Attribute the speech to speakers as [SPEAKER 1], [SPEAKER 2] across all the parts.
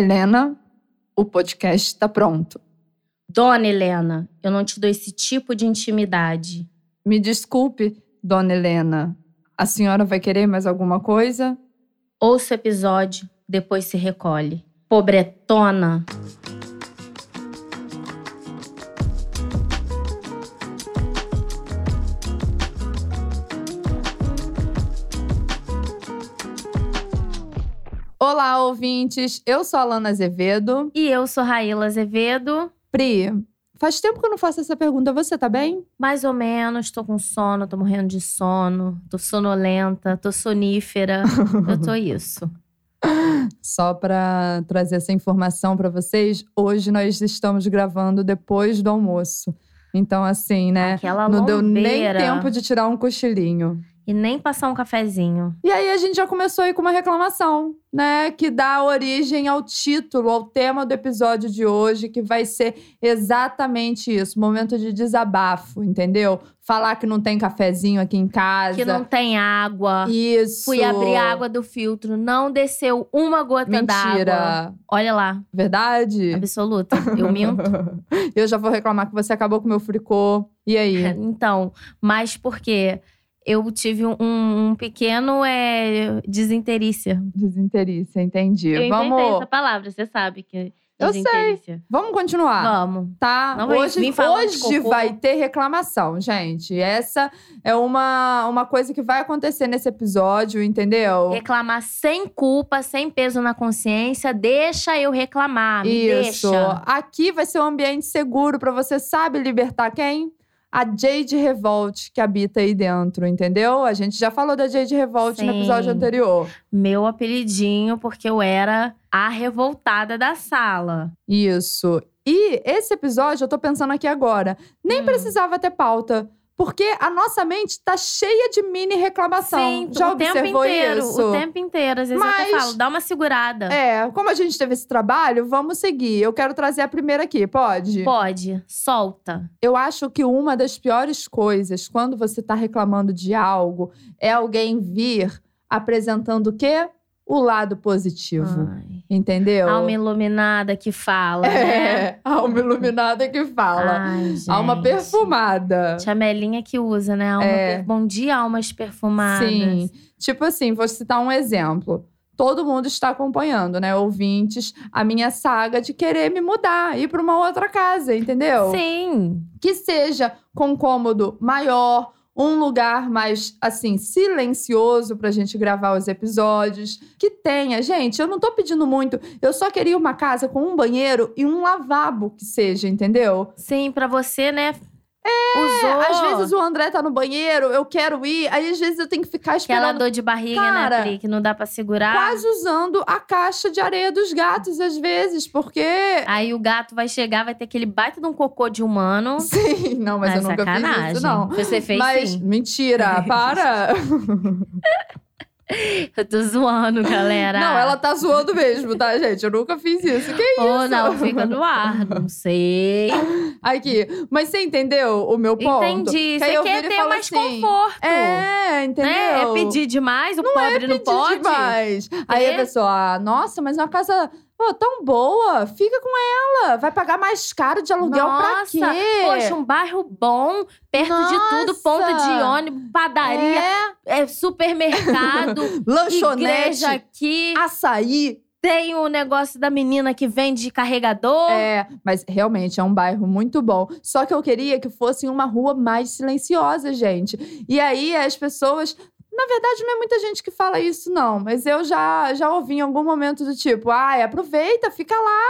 [SPEAKER 1] Helena, o podcast está pronto.
[SPEAKER 2] Dona Helena, eu não te dou esse tipo de intimidade.
[SPEAKER 1] Me desculpe, dona Helena. A senhora vai querer mais alguma coisa?
[SPEAKER 2] Ouça o episódio, depois se recolhe. Pobretona!
[SPEAKER 1] Olá, ouvintes. Eu sou a Lana Azevedo.
[SPEAKER 2] E eu sou Raíla Azevedo.
[SPEAKER 1] Pri, faz tempo que eu não faço essa pergunta. Você tá bem?
[SPEAKER 2] Mais ou menos, tô com sono, tô morrendo de sono, tô sonolenta, tô sonífera. eu tô isso.
[SPEAKER 1] Só para trazer essa informação para vocês, hoje nós estamos gravando depois do almoço. Então, assim, né?
[SPEAKER 2] Aquela
[SPEAKER 1] não deu nem
[SPEAKER 2] lombeira.
[SPEAKER 1] tempo de tirar um cochilinho.
[SPEAKER 2] E nem passar um cafezinho.
[SPEAKER 1] E aí a gente já começou aí com uma reclamação, né? Que dá origem ao título, ao tema do episódio de hoje, que vai ser exatamente isso: momento de desabafo, entendeu? Falar que não tem cafezinho aqui em casa.
[SPEAKER 2] Que não tem água.
[SPEAKER 1] Isso.
[SPEAKER 2] Fui abrir a água do filtro, não desceu uma gota d'água.
[SPEAKER 1] Mentira.
[SPEAKER 2] Olha lá,
[SPEAKER 1] Verdade?
[SPEAKER 2] absoluta. Eu minto.
[SPEAKER 1] Eu já vou reclamar que você acabou com o meu fricô. E aí?
[SPEAKER 2] Então, mas por quê? Eu tive um, um pequeno é, desinterícia.
[SPEAKER 1] Desinterícia, entendi.
[SPEAKER 2] Eu
[SPEAKER 1] vamos,
[SPEAKER 2] inventei essa palavra, você sabe que é
[SPEAKER 1] Eu
[SPEAKER 2] desinterícia.
[SPEAKER 1] vamos continuar.
[SPEAKER 2] Vamos.
[SPEAKER 1] tá?
[SPEAKER 2] Não vai
[SPEAKER 1] hoje
[SPEAKER 2] vir falar de
[SPEAKER 1] hoje
[SPEAKER 2] cocô.
[SPEAKER 1] vai ter reclamação, gente. Essa é uma, uma coisa que vai acontecer nesse episódio, entendeu?
[SPEAKER 2] Reclamar sem culpa, sem peso na consciência, deixa eu reclamar, me
[SPEAKER 1] Isso.
[SPEAKER 2] deixa.
[SPEAKER 1] Aqui vai ser um ambiente seguro pra você, sabe, libertar quem? A Jade Revolt que habita aí dentro, entendeu? A gente já falou da Jade Revolt no
[SPEAKER 2] Sim.
[SPEAKER 1] episódio anterior.
[SPEAKER 2] Meu apelidinho, porque eu era a revoltada da sala.
[SPEAKER 1] Isso. E esse episódio, eu tô pensando aqui agora, nem
[SPEAKER 2] Hum.
[SPEAKER 1] precisava ter pauta. Porque a nossa mente tá cheia de mini reclamação.
[SPEAKER 2] Sim,
[SPEAKER 1] Já
[SPEAKER 2] o tempo
[SPEAKER 1] observou
[SPEAKER 2] inteiro,
[SPEAKER 1] isso?
[SPEAKER 2] o tempo inteiro. Às vezes eu até
[SPEAKER 1] Mas-
[SPEAKER 2] falo, dá uma segurada.
[SPEAKER 1] É, como a gente teve esse trabalho, vamos seguir. Eu quero trazer a primeira aqui, pode?
[SPEAKER 2] Pode, solta.
[SPEAKER 1] Eu acho que uma das piores coisas quando você tá reclamando de algo é alguém vir apresentando o quê? O lado positivo.
[SPEAKER 2] Ai.
[SPEAKER 1] Entendeu?
[SPEAKER 2] Ah. Alma iluminada que fala, né?
[SPEAKER 1] É, alma iluminada que fala.
[SPEAKER 2] Ai, Ah, gente.
[SPEAKER 1] alma perfumada.
[SPEAKER 2] Tia Melinha que usa, né? Alma
[SPEAKER 1] É.
[SPEAKER 2] per- Bom dia, almas perfumadas.
[SPEAKER 1] Sim. Tipo assim, vou citar um exemplo. Todo mundo está acompanhando, né? Ouvintes, a minha saga de querer me mudar, ir para uma outra casa, entendeu?
[SPEAKER 2] Sim.
[SPEAKER 1] que seja com um cômodo maior, um lugar mais assim silencioso pra gente gravar os episódios, que tenha, gente, eu não tô pedindo muito, eu só queria uma casa com um banheiro e um lavabo que seja, entendeu?
[SPEAKER 2] Sim, pra você, né? É, Usou
[SPEAKER 1] Às vezes o André tá no banheiro, eu quero ir, aí às vezes eu tenho que ficar
[SPEAKER 2] aquela
[SPEAKER 1] esperando
[SPEAKER 2] dor de barriga,
[SPEAKER 1] Cara,
[SPEAKER 2] né, Pri? Que não dá pra segurar.
[SPEAKER 1] quase usando a caixa de areia dos gatos às vezes, porque
[SPEAKER 2] Aí o gato vai chegar, vai ter aquele baita de um cocô de humano.
[SPEAKER 1] sim, não, mas
[SPEAKER 2] Ah,
[SPEAKER 1] eu nunca
[SPEAKER 2] sacanagem.
[SPEAKER 1] fiz isso não.
[SPEAKER 2] Você fez
[SPEAKER 1] Mas
[SPEAKER 2] sim.
[SPEAKER 1] mentira, para.
[SPEAKER 2] Eu tô zoando, galera.
[SPEAKER 1] Não, ela tá zoando mesmo, tá, gente? Eu nunca fiz isso. Que
[SPEAKER 2] Ou não, fica no ar. Não sei.
[SPEAKER 1] Aqui. Mas você entendeu o meu ponto?
[SPEAKER 2] Entendi.
[SPEAKER 1] Que aí
[SPEAKER 2] Você
[SPEAKER 1] eu
[SPEAKER 2] quer
[SPEAKER 1] viro e
[SPEAKER 2] ter
[SPEAKER 1] falo
[SPEAKER 2] mais
[SPEAKER 1] assim,
[SPEAKER 2] conforto.
[SPEAKER 1] É, entendeu?
[SPEAKER 2] né? É pedir demais, o pobre não
[SPEAKER 1] Pedir
[SPEAKER 2] pode.
[SPEAKER 1] demais. Aí a
[SPEAKER 2] É.
[SPEAKER 1] pessoa, ah, nossa, mas uma casa pô, tão boa, fica com ela. Vai pagar mais caro de aluguel pra
[SPEAKER 2] Nossa,
[SPEAKER 1] quê?
[SPEAKER 2] Poxa, um bairro bom, perto de tudo, ponto de
[SPEAKER 1] Nossa.
[SPEAKER 2] ônibus, padaria,
[SPEAKER 1] é,
[SPEAKER 2] é, supermercado, igreja
[SPEAKER 1] lanchonete,
[SPEAKER 2] aqui.
[SPEAKER 1] açaí.
[SPEAKER 2] Tem o negócio da menina que vende carregador.
[SPEAKER 1] É, mas realmente é um bairro muito bom. Só que eu queria que fosse uma rua mais silenciosa, gente. E aí as pessoas. Na verdade, não é muita gente que fala isso, não. Mas eu já, já ouvi em algum momento do tipo: ai, aproveita, fica lá,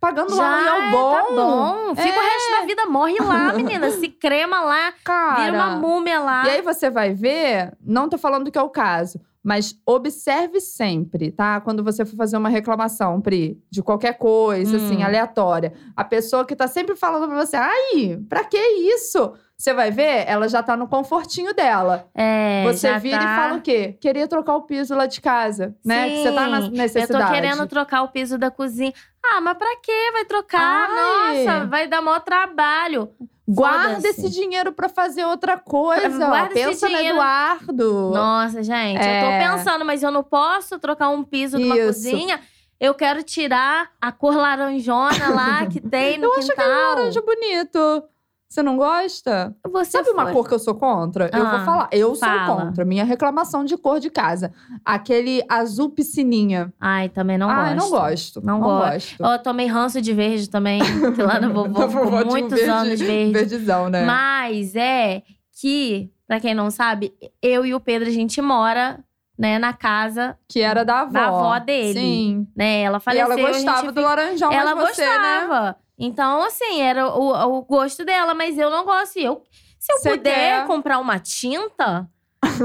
[SPEAKER 1] pagando lá um
[SPEAKER 2] Já
[SPEAKER 1] aluguel bom. É.
[SPEAKER 2] tá bom. Fica o resto da vida, morre lá, menina. Se crema lá,
[SPEAKER 1] Cara.
[SPEAKER 2] vira uma múmia lá.
[SPEAKER 1] E aí você vai ver, não tô falando que é o caso, mas observe sempre, tá? Quando você for fazer uma reclamação, Pri, de qualquer coisa,
[SPEAKER 2] Hum.
[SPEAKER 1] assim, aleatória. A pessoa que tá sempre falando pra você, ai, pra que isso? Você vai ver, ela já tá no confortinho dela.
[SPEAKER 2] É,
[SPEAKER 1] você
[SPEAKER 2] já
[SPEAKER 1] vira
[SPEAKER 2] tá...
[SPEAKER 1] e fala o quê? Queria trocar o piso lá de casa, né? Que você tá na
[SPEAKER 2] Sim, Eu
[SPEAKER 1] necessidade.
[SPEAKER 2] tô querendo trocar o piso da cozinha. Ah, mas pra quê? Vai trocar?
[SPEAKER 1] Ai.
[SPEAKER 2] Nossa, vai dar maior trabalho.
[SPEAKER 1] Guarda
[SPEAKER 2] Foda-se.
[SPEAKER 1] esse dinheiro pra fazer outra coisa. ó.
[SPEAKER 2] Guarda esse
[SPEAKER 1] Pensa no
[SPEAKER 2] dinheiro.
[SPEAKER 1] Eduardo.
[SPEAKER 2] Nossa, gente, eu
[SPEAKER 1] É.
[SPEAKER 2] tô pensando, mas eu não posso trocar um piso de uma
[SPEAKER 1] Isso.
[SPEAKER 2] cozinha. Eu quero tirar a cor laranjona lá que tem no
[SPEAKER 1] Eu acho
[SPEAKER 2] quintal.
[SPEAKER 1] aquele laranja bonito. Você não gosta?
[SPEAKER 2] Você
[SPEAKER 1] Sabe uma
[SPEAKER 2] foi.
[SPEAKER 1] cor que eu sou contra? eu
[SPEAKER 2] Ah,
[SPEAKER 1] vou falar. Eu sou
[SPEAKER 2] fala.
[SPEAKER 1] contra. Minha reclamação de cor de casa. Aquele azul piscininha.
[SPEAKER 2] Ai, também não
[SPEAKER 1] ah,
[SPEAKER 2] gosto.
[SPEAKER 1] não gosto.
[SPEAKER 2] Não
[SPEAKER 1] gosto.
[SPEAKER 2] Eu tomei ranço de verde também, que lá na vovô,
[SPEAKER 1] Da vovó
[SPEAKER 2] por
[SPEAKER 1] tinha um
[SPEAKER 2] muitos
[SPEAKER 1] verde-
[SPEAKER 2] anos verde.
[SPEAKER 1] Verdezão, né?
[SPEAKER 2] Mas é que, pra quem não sabe, eu e o Pedro, a gente mora, né, na casa,
[SPEAKER 1] Que era da avó.
[SPEAKER 2] Da avó dele.
[SPEAKER 1] Sim.
[SPEAKER 2] né? Ela
[SPEAKER 1] E
[SPEAKER 2] faleceu.
[SPEAKER 1] ela
[SPEAKER 2] a gente
[SPEAKER 1] gostava do laranjão,
[SPEAKER 2] Ela
[SPEAKER 1] Então, mas você, né?
[SPEAKER 2] gostava. Então, assim, era o, o gosto dela, mas eu não gosto. E eu, se eu
[SPEAKER 1] Você
[SPEAKER 2] puder
[SPEAKER 1] quer.
[SPEAKER 2] comprar uma tinta,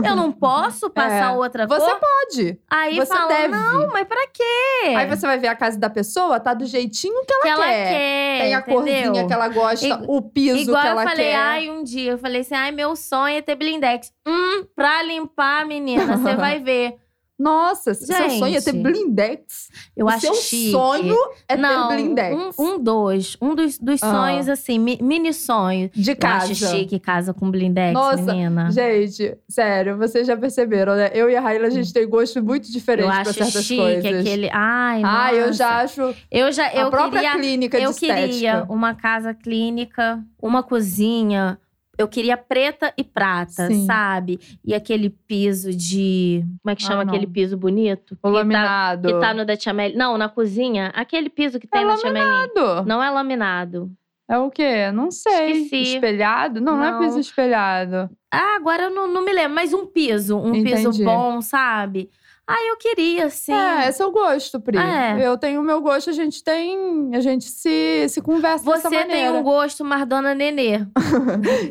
[SPEAKER 2] eu não posso passar outra
[SPEAKER 1] É. Você
[SPEAKER 2] cor.
[SPEAKER 1] pode.
[SPEAKER 2] Aí
[SPEAKER 1] você
[SPEAKER 2] fala,
[SPEAKER 1] deve.
[SPEAKER 2] não, é. mas pra quê?
[SPEAKER 1] Aí você vai ver a casa da pessoa, tá do jeitinho que ela
[SPEAKER 2] que ela
[SPEAKER 1] quer.
[SPEAKER 2] quer.
[SPEAKER 1] Tem a corzinha
[SPEAKER 2] entendeu?
[SPEAKER 1] que ela gosta,
[SPEAKER 2] Igu-
[SPEAKER 1] o piso
[SPEAKER 2] Igual
[SPEAKER 1] que
[SPEAKER 2] eu
[SPEAKER 1] ela
[SPEAKER 2] falei,
[SPEAKER 1] quer.
[SPEAKER 2] ai, um dia eu falei assim, ai, meu sonho é ter blindex. Hum, pra limpar, menina, você vai ver.
[SPEAKER 1] Nossa, seu
[SPEAKER 2] Gente.
[SPEAKER 1] sonho é ter blindex.
[SPEAKER 2] Eu
[SPEAKER 1] o
[SPEAKER 2] acho
[SPEAKER 1] seu
[SPEAKER 2] chique.
[SPEAKER 1] sonho é
[SPEAKER 2] não,
[SPEAKER 1] ter blindex.
[SPEAKER 2] Um, um dois. Um dos, dos
[SPEAKER 1] Ah.
[SPEAKER 2] sonhos, assim, mi- mini sonhos.
[SPEAKER 1] de
[SPEAKER 2] Eu
[SPEAKER 1] casa.
[SPEAKER 2] acho chique casa com blindex,
[SPEAKER 1] Nossa,
[SPEAKER 2] menina.
[SPEAKER 1] Gente, sério, vocês já perceberam, né? Eu e a Raíla, a gente tem gosto muito diferente
[SPEAKER 2] eu
[SPEAKER 1] pra
[SPEAKER 2] acho
[SPEAKER 1] certas
[SPEAKER 2] chique
[SPEAKER 1] coisas.
[SPEAKER 2] aquele. Ai,
[SPEAKER 1] Ah, eu
[SPEAKER 2] nossa.
[SPEAKER 1] já acho
[SPEAKER 2] Eu já. Eu
[SPEAKER 1] a própria
[SPEAKER 2] queria,
[SPEAKER 1] clínica de
[SPEAKER 2] eu
[SPEAKER 1] estética.
[SPEAKER 2] queria uma casa clínica, uma cozinha. Eu queria preta e prata,
[SPEAKER 1] Sim.
[SPEAKER 2] sabe? E aquele piso de. Como é que
[SPEAKER 1] Ah,
[SPEAKER 2] chama
[SPEAKER 1] não.
[SPEAKER 2] aquele piso bonito?
[SPEAKER 1] O
[SPEAKER 2] que, tá,
[SPEAKER 1] laminado.
[SPEAKER 2] que tá no da Tia Meli. Não, na cozinha. Aquele piso que
[SPEAKER 1] É
[SPEAKER 2] tem na Tia Meli.
[SPEAKER 1] Laminado.
[SPEAKER 2] Não é laminado.
[SPEAKER 1] É o quê? Não sei.
[SPEAKER 2] Esqueci.
[SPEAKER 1] Espelhado? Não, não,
[SPEAKER 2] Não.
[SPEAKER 1] é piso espelhado.
[SPEAKER 2] Ah, agora eu não, não me lembro. Mas um piso. Um
[SPEAKER 1] Entendi.
[SPEAKER 2] piso bom, sabe? Ah, eu queria, sim.
[SPEAKER 1] É, esse é o gosto, Pri.
[SPEAKER 2] É.
[SPEAKER 1] Eu tenho o meu gosto, a gente tem. A gente se, se conversa dessa
[SPEAKER 2] Você tem
[SPEAKER 1] maneira.
[SPEAKER 2] um gosto, mas Dona Nenê.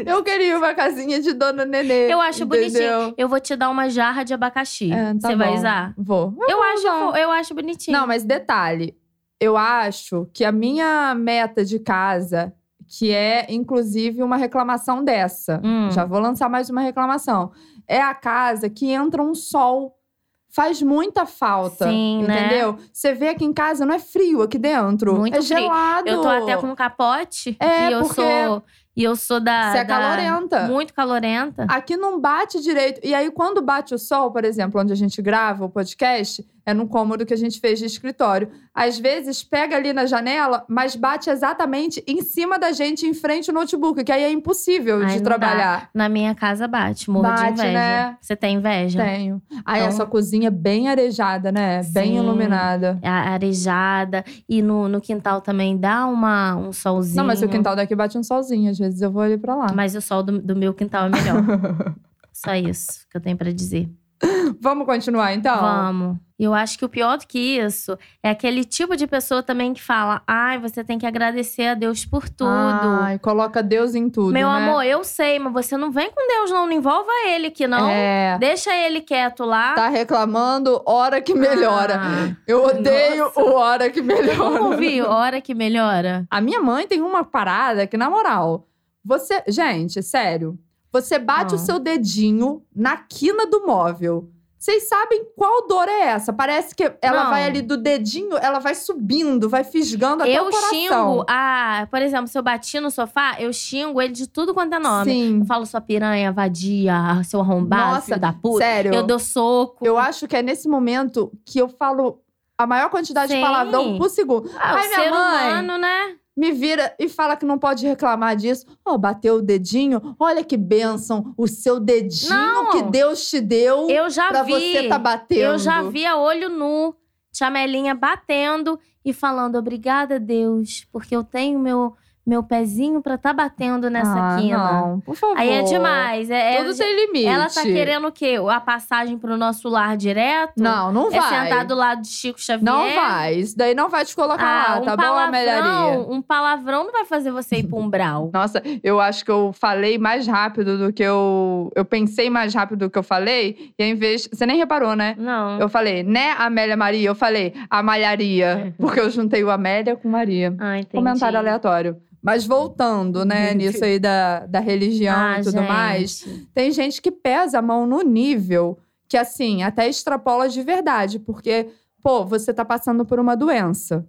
[SPEAKER 1] Eu queria uma casinha de Dona Nenê.
[SPEAKER 2] Eu acho
[SPEAKER 1] entendeu?
[SPEAKER 2] bonitinho. Eu vou te dar uma jarra de abacaxi.
[SPEAKER 1] É, tá
[SPEAKER 2] Você vai
[SPEAKER 1] bom.
[SPEAKER 2] usar?
[SPEAKER 1] Vou.
[SPEAKER 2] Eu,
[SPEAKER 1] vou
[SPEAKER 2] acho,
[SPEAKER 1] usar.
[SPEAKER 2] fo- eu acho bonitinho.
[SPEAKER 1] Não, mas detalhe. Eu acho que a minha meta de casa, que é inclusive uma reclamação dessa,
[SPEAKER 2] Hum.
[SPEAKER 1] já vou lançar mais uma reclamação, é a casa que entra um sol. Faz muita falta,
[SPEAKER 2] Sim, né?
[SPEAKER 1] entendeu? Você vê aqui em casa, não é frio aqui dentro,
[SPEAKER 2] Muito
[SPEAKER 1] é
[SPEAKER 2] frio.
[SPEAKER 1] gelado.
[SPEAKER 2] Eu tô até com um capote.
[SPEAKER 1] É,
[SPEAKER 2] e eu
[SPEAKER 1] porque
[SPEAKER 2] sou. E eu sou da.
[SPEAKER 1] Você é
[SPEAKER 2] da-
[SPEAKER 1] calorenta.
[SPEAKER 2] Muito calorenta.
[SPEAKER 1] Aqui não bate direito. E aí, quando bate o sol, por exemplo, onde a gente grava o podcast, é num cômodo que a gente fez de escritório. Às vezes pega ali na janela, mas bate exatamente em cima da gente, em frente ao notebook, que aí é impossível
[SPEAKER 2] Ai,
[SPEAKER 1] de
[SPEAKER 2] não
[SPEAKER 1] trabalhar.
[SPEAKER 2] Na minha casa bate, morro de
[SPEAKER 1] Bate,
[SPEAKER 2] inveja.
[SPEAKER 1] né?
[SPEAKER 2] Você tem inveja?
[SPEAKER 1] Tenho. Aí
[SPEAKER 2] Então-
[SPEAKER 1] a sua cozinha é bem arejada, né? Bem
[SPEAKER 2] Sim.
[SPEAKER 1] iluminada.
[SPEAKER 2] É arejada. E no, no quintal também dá uma, um solzinho.
[SPEAKER 1] Não, mas o quintal daqui bate um solzinho, às vezes eu vou ali pra lá.
[SPEAKER 2] Mas o sol do, do meu quintal é melhor. Só isso que eu tenho pra dizer.
[SPEAKER 1] Vamos continuar então?
[SPEAKER 2] Vamos. E Eu acho que o pior do que isso é aquele tipo de pessoa também que fala: ai, você tem que agradecer a Deus por tudo.
[SPEAKER 1] Ai, coloca Deus em tudo.
[SPEAKER 2] Meu
[SPEAKER 1] né?
[SPEAKER 2] amor, eu sei, mas você não vem com Deus, não. Não envolva ele aqui, não.
[SPEAKER 1] É.
[SPEAKER 2] Deixa ele quieto lá.
[SPEAKER 1] Tá reclamando, hora que melhora.
[SPEAKER 2] Ah,
[SPEAKER 1] Eu odeio
[SPEAKER 2] Nossa.
[SPEAKER 1] o hora que
[SPEAKER 2] Vamos
[SPEAKER 1] melhora.
[SPEAKER 2] ouvir, hora que melhora.
[SPEAKER 1] A minha mãe tem uma parada que, na moral, você. Gente, sério. Você bate
[SPEAKER 2] Ah.
[SPEAKER 1] o seu dedinho na quina do móvel. Vocês sabem qual dor é essa? Parece que ela
[SPEAKER 2] Não.
[SPEAKER 1] vai ali do dedinho, ela vai subindo, vai fisgando Tá até
[SPEAKER 2] eu
[SPEAKER 1] o coração.
[SPEAKER 2] xingo a. Por exemplo, se eu bati no sofá, eu xingo ele de tudo quanto é nome.
[SPEAKER 1] Sim.
[SPEAKER 2] Eu falo sua piranha, vadia, seu arrombado,
[SPEAKER 1] Nossa,
[SPEAKER 2] filho da puta.
[SPEAKER 1] Sério.
[SPEAKER 2] Eu dou soco.
[SPEAKER 1] Eu acho que é nesse momento que eu falo a maior quantidade
[SPEAKER 2] Sim.
[SPEAKER 1] de palavrão por segundo.
[SPEAKER 2] Ah,
[SPEAKER 1] Ai,
[SPEAKER 2] o
[SPEAKER 1] minha
[SPEAKER 2] ser
[SPEAKER 1] mãe.
[SPEAKER 2] humano, né?
[SPEAKER 1] me vira e fala que não pode reclamar disso. Ó, bateu o dedinho, olha que bênção, o seu dedinho
[SPEAKER 2] Não.
[SPEAKER 1] que Deus te deu
[SPEAKER 2] Eu já
[SPEAKER 1] pra
[SPEAKER 2] vi.
[SPEAKER 1] você tá batendo.
[SPEAKER 2] Eu já vi a olho nu, Tia Melinha batendo e falando obrigada, Deus, porque eu tenho meu, meu pezinho pra tá batendo nessa
[SPEAKER 1] ah,
[SPEAKER 2] quina.
[SPEAKER 1] Não, por favor.
[SPEAKER 2] Aí é demais. É, é-
[SPEAKER 1] Tudo tem limite.
[SPEAKER 2] ela tá querendo o quê? A passagem pro nosso lar direto?
[SPEAKER 1] Não, não
[SPEAKER 2] É
[SPEAKER 1] vai.
[SPEAKER 2] sentar do lado de Chico Xavier?
[SPEAKER 1] Não vai. Isso daí não vai te colocar
[SPEAKER 2] Ah,
[SPEAKER 1] lá,
[SPEAKER 2] um
[SPEAKER 1] tá bom,
[SPEAKER 2] palavrão,
[SPEAKER 1] Amelharia?
[SPEAKER 2] Um palavrão não vai fazer você ir pra um brau.
[SPEAKER 1] Nossa, eu acho que eu falei mais rápido do que eu. Eu pensei mais rápido do que eu falei. E em vez. Você nem reparou, né?
[SPEAKER 2] Não.
[SPEAKER 1] Eu falei, né, Amélia Maria? Eu falei, a malharia. Porque eu juntei o Amélia com Maria.
[SPEAKER 2] Ah, É. entendi.
[SPEAKER 1] Comentário aleatório. Mas voltando, né, nisso aí da, da religião
[SPEAKER 2] Ah,
[SPEAKER 1] e tudo
[SPEAKER 2] gente.
[SPEAKER 1] mais, tem gente que pesa a mão no nível que, assim, até extrapola de verdade, porque, pô, você tá passando por uma doença,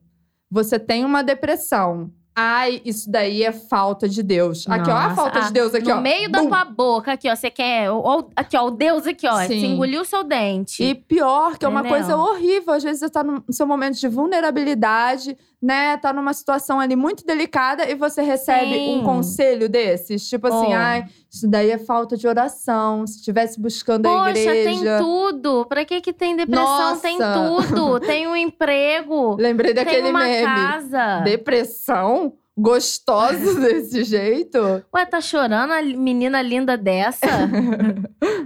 [SPEAKER 1] você tem uma depressão, Ai, isso daí é falta de Deus. Aqui, ó, a
[SPEAKER 2] Nossa,
[SPEAKER 1] falta
[SPEAKER 2] ah,
[SPEAKER 1] de Deus aqui,
[SPEAKER 2] no
[SPEAKER 1] ó.
[SPEAKER 2] meio da
[SPEAKER 1] Bum!
[SPEAKER 2] tua boca, aqui, ó. Você quer. ó, ó, aqui, ó, o Deus aqui, ó.
[SPEAKER 1] Sim.
[SPEAKER 2] Você engoliu o seu dente.
[SPEAKER 1] E pior, que é uma
[SPEAKER 2] Entendeu?
[SPEAKER 1] coisa horrível. Às vezes você tá no seu momento de vulnerabilidade, né? Tá numa situação ali muito delicada e você recebe
[SPEAKER 2] Sim.
[SPEAKER 1] um conselho desses. Tipo assim,
[SPEAKER 2] Pô.
[SPEAKER 1] ai, isso daí é falta de oração. Se estivesse buscando a
[SPEAKER 2] Poxa, tem
[SPEAKER 1] igreja.
[SPEAKER 2] tudo. Pra que que tem depressão?
[SPEAKER 1] Nossa.
[SPEAKER 2] Tem tudo. Tem um emprego.
[SPEAKER 1] Lembrei daquele
[SPEAKER 2] tem uma
[SPEAKER 1] meme.
[SPEAKER 2] casa.
[SPEAKER 1] Depressão? Gostoso desse jeito?
[SPEAKER 2] Ué, tá chorando a li- menina linda dessa?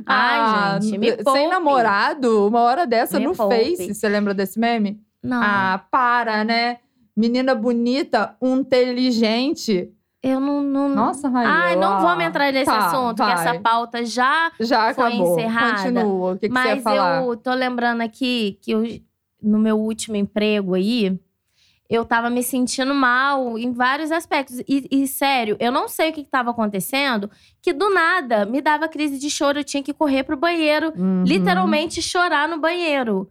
[SPEAKER 2] Ai, gente, me
[SPEAKER 1] de-
[SPEAKER 2] poupe.
[SPEAKER 1] Ah, Sem namorado, uma hora dessa
[SPEAKER 2] Me
[SPEAKER 1] no
[SPEAKER 2] poupe.
[SPEAKER 1] Face. Você lembra desse meme?
[SPEAKER 2] Não,
[SPEAKER 1] Ah, para, né? Menina bonita, inteligente.
[SPEAKER 2] eu não... não...
[SPEAKER 1] Nossa, Raíla.
[SPEAKER 2] Ai, não
[SPEAKER 1] ah,
[SPEAKER 2] vamos entrar nesse
[SPEAKER 1] tá,
[SPEAKER 2] assunto,
[SPEAKER 1] vai.
[SPEAKER 2] que essa pauta já...
[SPEAKER 1] Já
[SPEAKER 2] foi
[SPEAKER 1] acabou.
[SPEAKER 2] encerrada.
[SPEAKER 1] Continua. O que, que você ia
[SPEAKER 2] Mas
[SPEAKER 1] falar?
[SPEAKER 2] eu tô lembrando aqui que eu- no meu último emprego aí, eu tava me sentindo mal em vários aspectos. E, e, sério, eu não sei o que, que tava acontecendo, que do nada me dava crise de choro, eu tinha que correr pro banheiro.
[SPEAKER 1] Uhum.
[SPEAKER 2] Literalmente chorar no banheiro.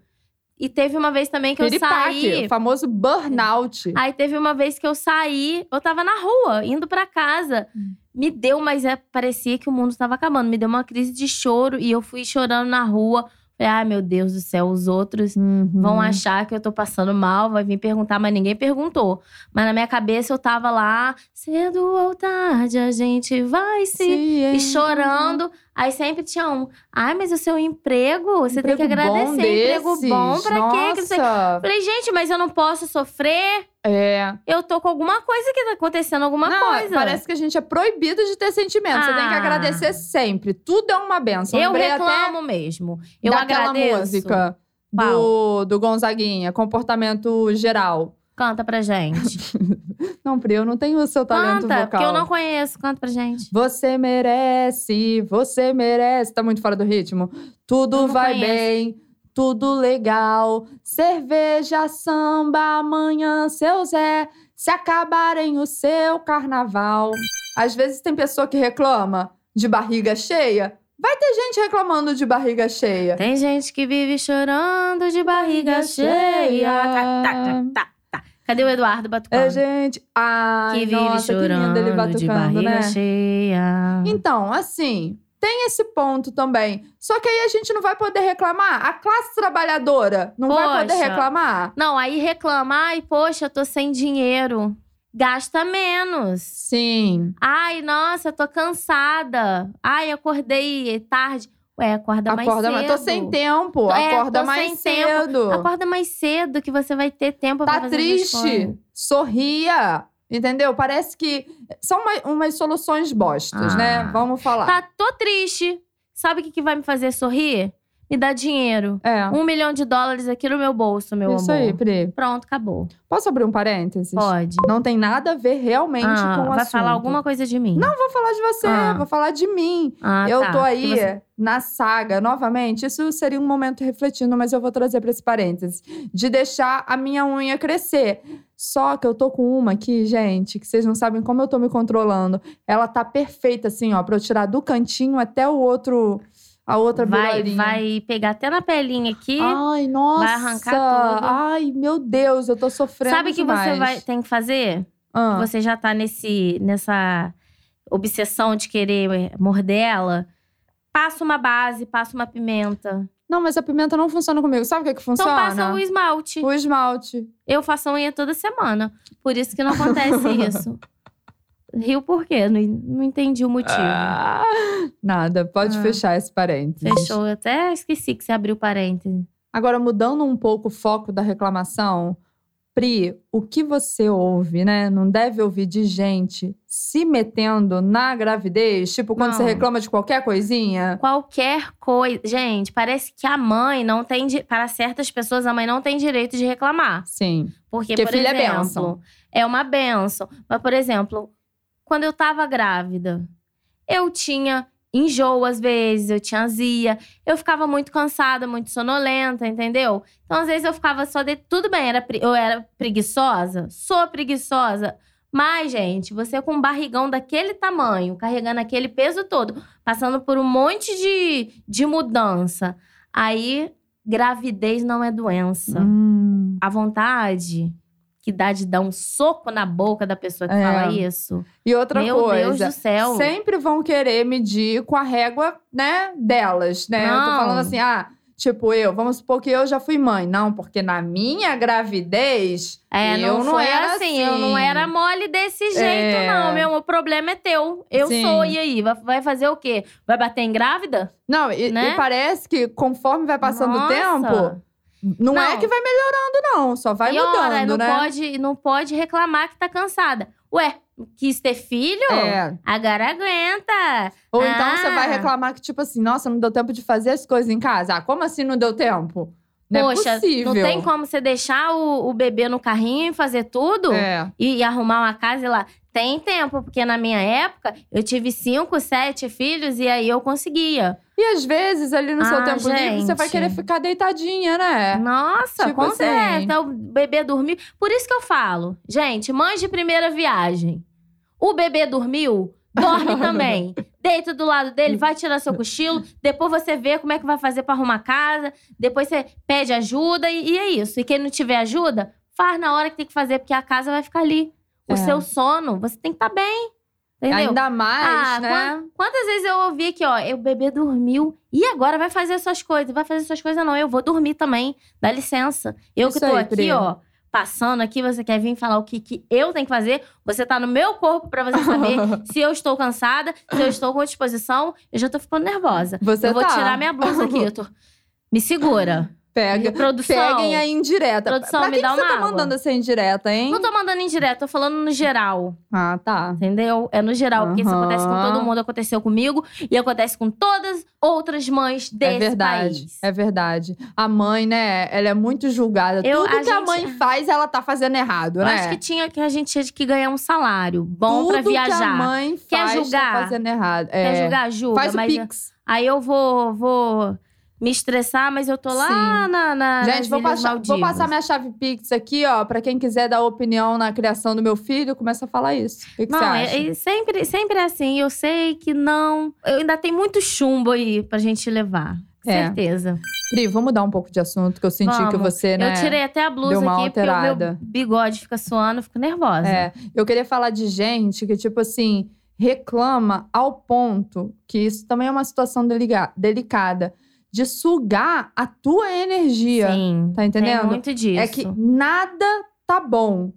[SPEAKER 2] E teve uma vez também que eu
[SPEAKER 1] Piripaque,
[SPEAKER 2] saí.
[SPEAKER 1] o famoso burnout.
[SPEAKER 2] Aí teve uma vez que eu saí, eu tava na rua, indo pra casa. Me deu, mas é- parecia que o mundo tava acabando. Me deu uma crise de choro e eu fui chorando na rua. Falei, ai meu Deus do céu, os outros
[SPEAKER 1] Uhum.
[SPEAKER 2] vão achar que eu tô passando mal, vai vir perguntar, mas ninguém perguntou. Mas na minha cabeça eu tava lá, cedo ou tarde a gente vai se. E chorando, aí sempre tinha um. Ai, mas o seu emprego, você tem que agradecer. emprego bom pra quê? Que não sei o quê.
[SPEAKER 1] Nossa.
[SPEAKER 2] Falei, gente, mas eu não posso sofrer.
[SPEAKER 1] É.
[SPEAKER 2] Eu tô com alguma coisa que tá acontecendo, alguma
[SPEAKER 1] Não,
[SPEAKER 2] coisa.
[SPEAKER 1] Parece que a gente é proibido de ter sentimento. Você tem que
[SPEAKER 2] Ah.
[SPEAKER 1] agradecer sempre. Tudo é uma benção.
[SPEAKER 2] eu
[SPEAKER 1] Lembrei até
[SPEAKER 2] reclamo mesmo. Eu
[SPEAKER 1] daquela
[SPEAKER 2] agradeço.
[SPEAKER 1] música do,
[SPEAKER 2] Qual?
[SPEAKER 1] do Gonzaguinha, comportamento geral.
[SPEAKER 2] Canta pra gente.
[SPEAKER 1] Não, Pri, eu não tenho o seu talento
[SPEAKER 2] Canta,
[SPEAKER 1] vocal.
[SPEAKER 2] porque eu não conheço. Canta pra gente.
[SPEAKER 1] Você merece, você merece. Tá muito fora do ritmo.
[SPEAKER 2] Eu
[SPEAKER 1] Tudo
[SPEAKER 2] não
[SPEAKER 1] vai
[SPEAKER 2] conheço.
[SPEAKER 1] bem, tudo legal. Cerveja, samba, amanhã, seu Zé. Se acabarem o seu carnaval. Às vezes tem pessoa que reclama de barriga cheia. Vai ter gente reclamando de barriga cheia.
[SPEAKER 2] Tem gente que vive chorando de barriga cheia. Tá, tá, tá, tá, tá. Cadê o Eduardo Batucano?
[SPEAKER 1] É, gente. Ai,
[SPEAKER 2] Ah, que vive
[SPEAKER 1] nossa, que
[SPEAKER 2] chorando
[SPEAKER 1] lindo ele
[SPEAKER 2] de
[SPEAKER 1] batucando,
[SPEAKER 2] barriga
[SPEAKER 1] né?
[SPEAKER 2] cheia.
[SPEAKER 1] Então, assim, tem esse ponto também. Só que aí a gente não vai poder reclamar. A classe trabalhadora não vai poder
[SPEAKER 2] Poxa.
[SPEAKER 1] reclamar.
[SPEAKER 2] Não, aí reclama. Ai, poxa, eu tô sem dinheiro. Gasta menos.
[SPEAKER 1] Sim.
[SPEAKER 2] Ai, nossa, tô cansada. Ai, acordei tarde. Ué, acorda,
[SPEAKER 1] acorda mais.
[SPEAKER 2] mais cedo.
[SPEAKER 1] Tô sem tempo.
[SPEAKER 2] É,
[SPEAKER 1] acorda
[SPEAKER 2] tô
[SPEAKER 1] mais
[SPEAKER 2] sem tempo.
[SPEAKER 1] cedo.
[SPEAKER 2] Acorda mais cedo que você vai ter tempo pra
[SPEAKER 1] Tá
[SPEAKER 2] fazer essas coisas.
[SPEAKER 1] triste. Sorria. Entendeu? Parece que são uma- umas soluções bostas,
[SPEAKER 2] Ah.
[SPEAKER 1] né? Vamos falar.
[SPEAKER 2] Tá, tô triste. Sabe o que, que vai me fazer sorrir? Me dar dinheiro.
[SPEAKER 1] É.
[SPEAKER 2] Um milhão de dólares aqui no meu bolso, meu
[SPEAKER 1] Isso
[SPEAKER 2] amor.
[SPEAKER 1] aí, Pri.
[SPEAKER 2] Pronto, acabou.
[SPEAKER 1] Posso abrir um parênteses?
[SPEAKER 2] Pode.
[SPEAKER 1] Não tem nada a ver realmente
[SPEAKER 2] Ah,
[SPEAKER 1] com o
[SPEAKER 2] vai
[SPEAKER 1] assunto.
[SPEAKER 2] falar alguma coisa de mim?
[SPEAKER 1] Não vou falar de você,
[SPEAKER 2] Ah.
[SPEAKER 1] vou falar de mim.
[SPEAKER 2] Ah,
[SPEAKER 1] eu
[SPEAKER 2] tá.
[SPEAKER 1] tô aí
[SPEAKER 2] Porque você-
[SPEAKER 1] na saga, novamente. Isso seria um momento refletindo, mas eu vou trazer pra esse parênteses. De deixar a minha unha crescer. Só que eu tô com uma aqui, gente, que vocês não sabem como eu tô me controlando. Ela tá perfeita, assim, ó, pra eu tirar do cantinho até o outro. A outra Ah,
[SPEAKER 2] vai,
[SPEAKER 1] bitolinha.
[SPEAKER 2] vai pegar até na pelinha aqui.
[SPEAKER 1] Ai, nossa.
[SPEAKER 2] arrancar tudo.
[SPEAKER 1] Ai, meu Deus, eu tô sofrendo.
[SPEAKER 2] Sabe o que você
[SPEAKER 1] demais.
[SPEAKER 2] vai, tem que fazer?
[SPEAKER 1] Ah,
[SPEAKER 2] você já tá nesse, nessa obsessão de querer morder ela, passa uma base, passa uma pimenta.
[SPEAKER 1] Não, mas a pimenta não funciona comigo. Sabe o que, que funciona?
[SPEAKER 2] Então passa o esmalte.
[SPEAKER 1] o esmalte.
[SPEAKER 2] Eu faço unha toda semana. Por isso que não acontece isso. Riu por quê? Não, não entendi o motivo.
[SPEAKER 1] Ah, nada, pode
[SPEAKER 2] Ah.
[SPEAKER 1] fechar esse parênteses.
[SPEAKER 2] Fechou. Eu até esqueci que você abriu parênteses.
[SPEAKER 1] Agora, mudando um pouco o foco da reclamação, Pri, o que você ouve, né? Não deve ouvir de gente se metendo na gravidez, tipo quando
[SPEAKER 2] Não.
[SPEAKER 1] você reclama de qualquer coisinha.
[SPEAKER 2] Qualquer coisa. Gente, parece que a mãe não tem. di- Para certas pessoas, a mãe não tem direito de reclamar.
[SPEAKER 1] Sim.
[SPEAKER 2] Porque,
[SPEAKER 1] Porque
[SPEAKER 2] por
[SPEAKER 1] filho é
[SPEAKER 2] exemplo,
[SPEAKER 1] bênção.
[SPEAKER 2] é uma benção. Mas, por exemplo, quando eu tava grávida, eu tinha enjoo às vezes, eu tinha azia, eu ficava muito cansada, muito sonolenta, entendeu? Então, às vezes, eu ficava só de. Tudo bem, era pre- eu era preguiçosa, sou preguiçosa. Mas, gente, você com um barrigão daquele tamanho, carregando aquele peso todo, passando por um monte de, de mudança. Aí, gravidez não é doença
[SPEAKER 1] Hum,
[SPEAKER 2] a vontade que dá de dar um soco na boca da pessoa que
[SPEAKER 1] É.
[SPEAKER 2] fala isso.
[SPEAKER 1] E outra
[SPEAKER 2] Meu Deus
[SPEAKER 1] coisa.
[SPEAKER 2] do céu.
[SPEAKER 1] sempre vão querer medir com a régua, né, delas, né? Eu
[SPEAKER 2] Não.
[SPEAKER 1] tô falando assim, ah, tipo eu, vamos supor que eu já fui mãe. Não, porque na minha gravidez,
[SPEAKER 2] É,
[SPEAKER 1] eu
[SPEAKER 2] não,
[SPEAKER 1] não
[SPEAKER 2] foi
[SPEAKER 1] era
[SPEAKER 2] assim, eu
[SPEAKER 1] assim.
[SPEAKER 2] não era mole desse jeito,
[SPEAKER 1] É.
[SPEAKER 2] não, meu. O problema é teu. Eu
[SPEAKER 1] Sim.
[SPEAKER 2] sou, e aí? Vai- Vai fazer o quê? Vai bater em grávida?
[SPEAKER 1] não, e,
[SPEAKER 2] Né?
[SPEAKER 1] e parece que conforme vai passando o
[SPEAKER 2] Nossa.
[SPEAKER 1] tempo, não,
[SPEAKER 2] Não.
[SPEAKER 1] é que vai melhorando não, só vai
[SPEAKER 2] e
[SPEAKER 1] mudando,
[SPEAKER 2] ora, não
[SPEAKER 1] né?
[SPEAKER 2] Pode, não pode reclamar que tá cansada. Ué, quis ter filho?
[SPEAKER 1] É.
[SPEAKER 2] Agora aguenta.
[SPEAKER 1] Ou então você
[SPEAKER 2] Ah.
[SPEAKER 1] vai reclamar que, tipo assim, nossa, não deu tempo de fazer as coisas em casa. Ah, como assim não deu tempo? Não
[SPEAKER 2] Poxa,
[SPEAKER 1] é possível.
[SPEAKER 2] não tem como você deixar o, o bebê no carrinho e fazer tudo?
[SPEAKER 1] É.
[SPEAKER 2] E, e arrumar uma casa e lá. Tem tempo, porque na minha época eu tive cinco, sete filhos e aí eu conseguia.
[SPEAKER 1] E às vezes, ali no seu
[SPEAKER 2] Ah,
[SPEAKER 1] tempo livre, você vai
[SPEAKER 2] gente.
[SPEAKER 1] querer ficar deitadinha, né?
[SPEAKER 2] Nossa,
[SPEAKER 1] Tipo
[SPEAKER 2] com
[SPEAKER 1] assim.
[SPEAKER 2] certeza. Então, O bebê dormiu. Por isso que eu falo, gente, mães de primeira viagem. O bebê dormiu, dorme também. Deita do lado dele, vai tirar seu cochilo. Depois você vê como é que vai fazer pra arrumar a casa. Depois você pede ajuda e, e é isso. E quem não tiver ajuda, faz na hora que tem que fazer, porque a casa vai ficar ali. O
[SPEAKER 1] É.
[SPEAKER 2] seu sono, você tem que estar bem. Entendeu?
[SPEAKER 1] Ainda mais,
[SPEAKER 2] Ah,
[SPEAKER 1] né?
[SPEAKER 2] Quantas vezes eu ouvi aqui, ó, o bebê dormiu e agora vai fazer suas coisas? Vai fazer suas coisas, não. Eu vou dormir também. Dá licença. Eu que
[SPEAKER 1] Isso
[SPEAKER 2] tô
[SPEAKER 1] aí,
[SPEAKER 2] aqui,
[SPEAKER 1] Pri.
[SPEAKER 2] ó, passando aqui, você quer vir falar o que, que eu tenho que fazer? Você tá no meu corpo pra você saber se eu estou cansada, se eu estou com disposição. Eu já tô ficando nervosa.
[SPEAKER 1] Você
[SPEAKER 2] eu vou
[SPEAKER 1] tá.
[SPEAKER 2] tirar minha blusa aqui. Eu tô... Me segura.
[SPEAKER 1] Pega.
[SPEAKER 2] Produção.
[SPEAKER 1] Peguem a indireta.
[SPEAKER 2] Produção,
[SPEAKER 1] pra
[SPEAKER 2] me
[SPEAKER 1] que
[SPEAKER 2] dá
[SPEAKER 1] que
[SPEAKER 2] uma
[SPEAKER 1] você
[SPEAKER 2] água.
[SPEAKER 1] tá mandando essa indireta, hein?
[SPEAKER 2] Não tô mandando em direto, tô falando no geral.
[SPEAKER 1] Ah, tá.
[SPEAKER 2] Entendeu? É no geral, porque isso
[SPEAKER 1] Aham.
[SPEAKER 2] acontece com todo mundo, aconteceu comigo e acontece com todas outras mães desse
[SPEAKER 1] é verdade.
[SPEAKER 2] país.
[SPEAKER 1] É verdade. A mãe, né? Ela é muito julgada.
[SPEAKER 2] Eu-
[SPEAKER 1] Tudo
[SPEAKER 2] a
[SPEAKER 1] que a
[SPEAKER 2] gente-
[SPEAKER 1] mãe faz, ela tá fazendo errado,
[SPEAKER 2] Eu
[SPEAKER 1] né?
[SPEAKER 2] acho que tinha que a gente tinha que ganhar um salário bom
[SPEAKER 1] Tudo
[SPEAKER 2] pra
[SPEAKER 1] que a
[SPEAKER 2] viajar.
[SPEAKER 1] mãe
[SPEAKER 2] Quer
[SPEAKER 1] faz,
[SPEAKER 2] julgar?
[SPEAKER 1] tá fazendo errado.
[SPEAKER 2] Quer
[SPEAKER 1] É.
[SPEAKER 2] julgar, julga,
[SPEAKER 1] faz o
[SPEAKER 2] mas
[SPEAKER 1] pix.
[SPEAKER 2] aí eu vou vou me estressar, mas eu tô lá na, na nas
[SPEAKER 1] Gente, vou
[SPEAKER 2] Ilhas
[SPEAKER 1] passar, vou
[SPEAKER 2] Maldivas.
[SPEAKER 1] passar minha chave Pix aqui, ó. Pra quem quiser dar opinião na criação do meu filho, começa a falar isso. O que, que
[SPEAKER 2] Não,
[SPEAKER 1] você
[SPEAKER 2] é-
[SPEAKER 1] acha?
[SPEAKER 2] é sempre, sempre é assim. Eu sei que não. Eu ainda tem muito chumbo aí pra gente levar. Com
[SPEAKER 1] É.
[SPEAKER 2] Certeza.
[SPEAKER 1] Pri, vamos mudar um pouco de assunto, que eu senti que
[SPEAKER 2] Vamos.
[SPEAKER 1] você, né?
[SPEAKER 2] Eu tirei até a blusa
[SPEAKER 1] deu uma
[SPEAKER 2] aqui, porque o meu
[SPEAKER 1] alterada.
[SPEAKER 2] bigode fica suando, eu fico nervosa.
[SPEAKER 1] É, eu queria falar de gente que, tipo assim, reclama ao ponto que isso também é uma situação deliga- delicada de sugar a tua energia.
[SPEAKER 2] Sim.
[SPEAKER 1] Tá entendendo?
[SPEAKER 2] Tem muito disso.
[SPEAKER 1] É que nada tá bom.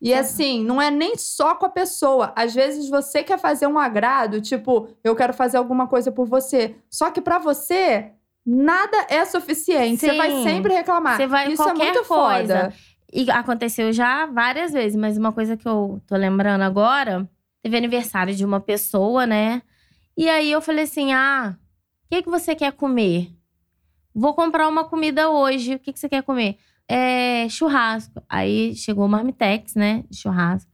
[SPEAKER 1] E assim, não é nem só com a pessoa. Às vezes você quer fazer um agrado, tipo, eu quero fazer alguma coisa por você. Só que pra você, nada é suficiente. Você vai
[SPEAKER 2] Sim.
[SPEAKER 1] sempre reclamar.
[SPEAKER 2] Você vai em
[SPEAKER 1] Isso é
[SPEAKER 2] qualquer
[SPEAKER 1] muito
[SPEAKER 2] coisa.
[SPEAKER 1] foda.
[SPEAKER 2] E aconteceu já várias vezes, mas uma coisa que eu tô lembrando agora, teve aniversário de uma pessoa, né? E aí eu falei assim: "Ah, o que que você quer comer? Vou comprar uma comida hoje. O que que você quer comer?" É, churrasco. Aí chegou o marmitex, né? de Churrasco.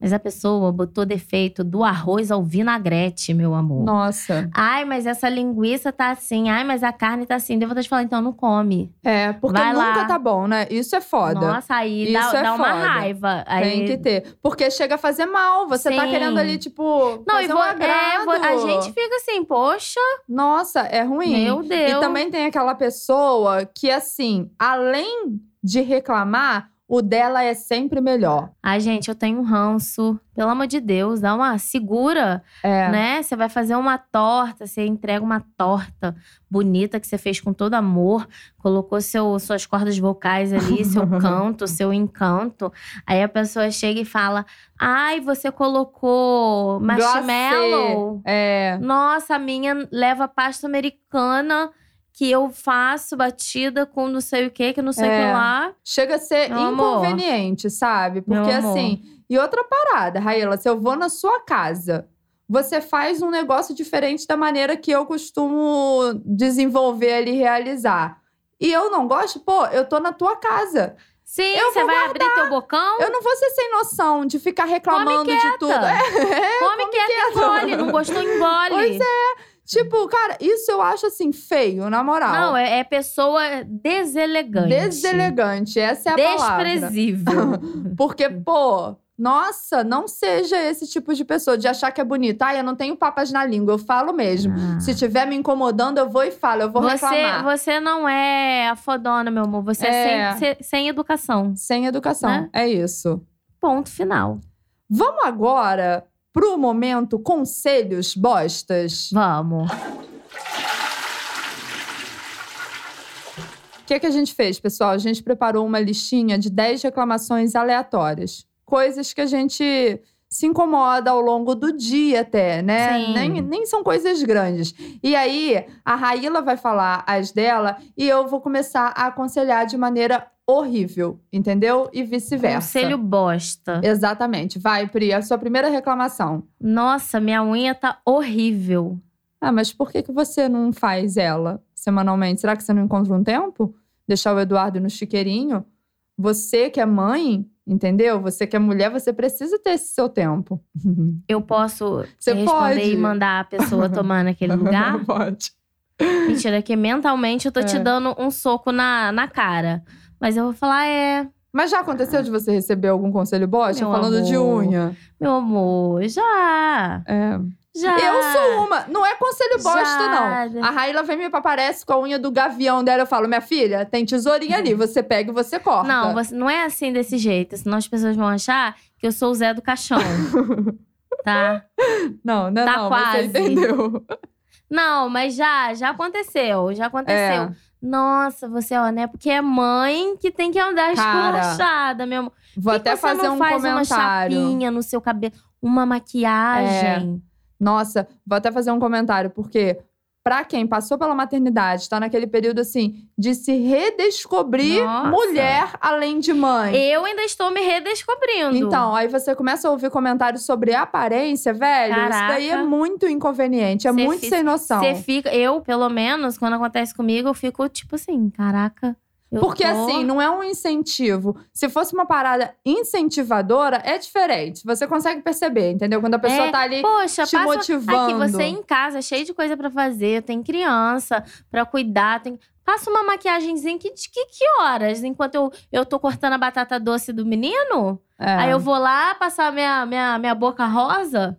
[SPEAKER 2] Mas a pessoa botou defeito do arroz ao vinagrete, meu amor.
[SPEAKER 1] Nossa.
[SPEAKER 2] Ai, mas essa linguiça tá assim. Ai, mas a carne tá assim. Deu vontade de falar, então não come.
[SPEAKER 1] É, porque
[SPEAKER 2] Vai lá.
[SPEAKER 1] nunca tá bom, né? Isso é foda.
[SPEAKER 2] Nossa, aí dá,
[SPEAKER 1] Isso é
[SPEAKER 2] dá uma
[SPEAKER 1] foda.
[SPEAKER 2] raiva. Aí...
[SPEAKER 1] Tem que ter. Porque chega a fazer mal. Você tá
[SPEAKER 2] Sim.
[SPEAKER 1] querendo ali, tipo,
[SPEAKER 2] Não,
[SPEAKER 1] fazer
[SPEAKER 2] e vo-
[SPEAKER 1] um
[SPEAKER 2] é,
[SPEAKER 1] agrado.
[SPEAKER 2] vo- a gente fica assim, poxa,
[SPEAKER 1] Nossa, é ruim.
[SPEAKER 2] meu Deus.
[SPEAKER 1] E também tem aquela pessoa que, assim, além de reclamar, o dela é sempre melhor.
[SPEAKER 2] Ai, gente, eu tenho um ranço. Pelo amor de Deus, dá uma segura,
[SPEAKER 1] É.
[SPEAKER 2] né? Você vai fazer uma torta, você entrega uma torta bonita que você fez com todo amor, colocou seu, suas cordas vocais ali, seu canto, seu encanto. Aí a pessoa chega e fala: Ai, você colocou marshmallow.
[SPEAKER 1] É.
[SPEAKER 2] Nossa, a minha leva pasta americana que eu faço batida com não sei o que, que não sei o
[SPEAKER 1] É.
[SPEAKER 2] que lá.
[SPEAKER 1] Chega a ser
[SPEAKER 2] Meu amor.
[SPEAKER 1] inconveniente, sabe?
[SPEAKER 2] Meu
[SPEAKER 1] Porque
[SPEAKER 2] amor.
[SPEAKER 1] assim. E outra parada, Raíla, se eu vou na sua casa, você faz um negócio diferente da maneira que eu costumo desenvolver ali, realizar. E eu não gosto, pô, eu tô na tua casa.
[SPEAKER 2] Sim,
[SPEAKER 1] Eu
[SPEAKER 2] você vai abrir teu bocão?
[SPEAKER 1] Eu não vou ser sem noção de ficar reclamando de tudo. É,
[SPEAKER 2] come é. quieto, e engole. Não gostou, engole.
[SPEAKER 1] Pois Tipo, cara, isso eu acho assim feio, na moral.
[SPEAKER 2] Não, é, é pessoa deselegante.
[SPEAKER 1] Deselegante, essa é a é palavra.
[SPEAKER 2] Desprezível.
[SPEAKER 1] Porque, pô, Nossa, não seja esse tipo de pessoa, de achar que é bonita. Ah, eu não tenho papas na língua, eu falo mesmo.
[SPEAKER 2] Ah.
[SPEAKER 1] Se tiver me incomodando, eu vou e falo, eu vou
[SPEAKER 2] Você,
[SPEAKER 1] reclamar.
[SPEAKER 2] você não é a fodona, meu amor. Você é,
[SPEAKER 1] É.
[SPEAKER 2] sem, se- sem educação.
[SPEAKER 1] Sem educação,
[SPEAKER 2] Né?
[SPEAKER 1] é isso.
[SPEAKER 2] Ponto final.
[SPEAKER 1] Vamos agora pro momento conselhos bostas.
[SPEAKER 2] Vamos.
[SPEAKER 1] O que, que a gente fez, pessoal? A gente preparou uma listinha de 10 reclamações aleatórias. Coisas que a gente se incomoda ao longo do dia até, né?
[SPEAKER 2] Sim.
[SPEAKER 1] Nem, nem são coisas grandes. E aí, a Raíla vai falar as dela e eu vou começar a aconselhar de maneira horrível, entendeu? E vice-versa.
[SPEAKER 2] Conselho bosta.
[SPEAKER 1] Exatamente. Vai, Pri, a sua primeira reclamação.
[SPEAKER 2] Nossa, minha unha tá horrível.
[SPEAKER 1] Ah, mas por que, que você não faz ela semanalmente? Será que você não encontra um tempo? Deixar o Eduardo no chiqueirinho? Você que é mãe, entendeu? Você que é mulher, você precisa ter esse seu tempo.
[SPEAKER 2] Eu posso eh,
[SPEAKER 1] Você
[SPEAKER 2] responder
[SPEAKER 1] pode.
[SPEAKER 2] e mandar a pessoa tomar naquele lugar?
[SPEAKER 1] Pode.
[SPEAKER 2] Mentira, que mentalmente eu tô te
[SPEAKER 1] É.
[SPEAKER 2] dando um soco na, na cara. Mas eu vou falar, é,
[SPEAKER 1] Mas já aconteceu de você receber algum conselho bosta
[SPEAKER 2] Meu
[SPEAKER 1] falando de
[SPEAKER 2] amor.
[SPEAKER 1] unha?
[SPEAKER 2] meu amor, já.
[SPEAKER 1] É.
[SPEAKER 2] Já.
[SPEAKER 1] Eu sou uma. Não é conselho bosta,
[SPEAKER 2] Já.
[SPEAKER 1] não. A Raíla vem me aparece com a unha do gavião dela. Eu falo, minha filha, tem tesourinha ali. Você pega e você corta.
[SPEAKER 2] Não, você não é assim desse jeito. Senão as pessoas vão achar que eu sou o Zé do Caixão. tá?
[SPEAKER 1] não, não, é
[SPEAKER 2] Tá
[SPEAKER 1] não.
[SPEAKER 2] quase.
[SPEAKER 1] Você entendeu.
[SPEAKER 2] Não, mas já, já aconteceu. Já aconteceu.
[SPEAKER 1] É.
[SPEAKER 2] Nossa, você, ó, né? Porque é mãe que tem que andar
[SPEAKER 1] Cara,
[SPEAKER 2] esculachada, meu amor.
[SPEAKER 1] Vou
[SPEAKER 2] Por que
[SPEAKER 1] até
[SPEAKER 2] você
[SPEAKER 1] fazer
[SPEAKER 2] não
[SPEAKER 1] um
[SPEAKER 2] faz
[SPEAKER 1] comentário.
[SPEAKER 2] Uma chapinha no seu cabelo, uma maquiagem.
[SPEAKER 1] Nossa, vou até fazer um comentário, porque pra quem passou pela maternidade, tá naquele período assim de se redescobrir
[SPEAKER 2] Nossa.
[SPEAKER 1] É. mulher além de mãe.
[SPEAKER 2] Eu ainda estou me redescobrindo.
[SPEAKER 1] Então, aí você começa a ouvir comentários sobre aparência, velho. Isso daí é
[SPEAKER 2] Caraca.
[SPEAKER 1] muito inconveniente, é
[SPEAKER 2] Cê
[SPEAKER 1] muito
[SPEAKER 2] fi-
[SPEAKER 1] sem noção.
[SPEAKER 2] Você fica, eu, pelo menos, quando acontece comigo, eu fico tipo assim, caraca. eu
[SPEAKER 1] Porque
[SPEAKER 2] tô-
[SPEAKER 1] assim, não é um incentivo. Se fosse uma parada incentivadora, é diferente. Você consegue perceber, entendeu? Quando a pessoa
[SPEAKER 2] É,
[SPEAKER 1] tá ali
[SPEAKER 2] Poxa,
[SPEAKER 1] te
[SPEAKER 2] passa aqui
[SPEAKER 1] motivando.
[SPEAKER 2] você em casa, cheio de coisa pra fazer, tem criança pra cuidar, tem Passa uma maquiagemzinha que, que, que horas? Enquanto eu, eu tô cortando a batata doce do menino?
[SPEAKER 1] É.
[SPEAKER 2] Aí eu vou lá passar minha, minha, minha boca rosa?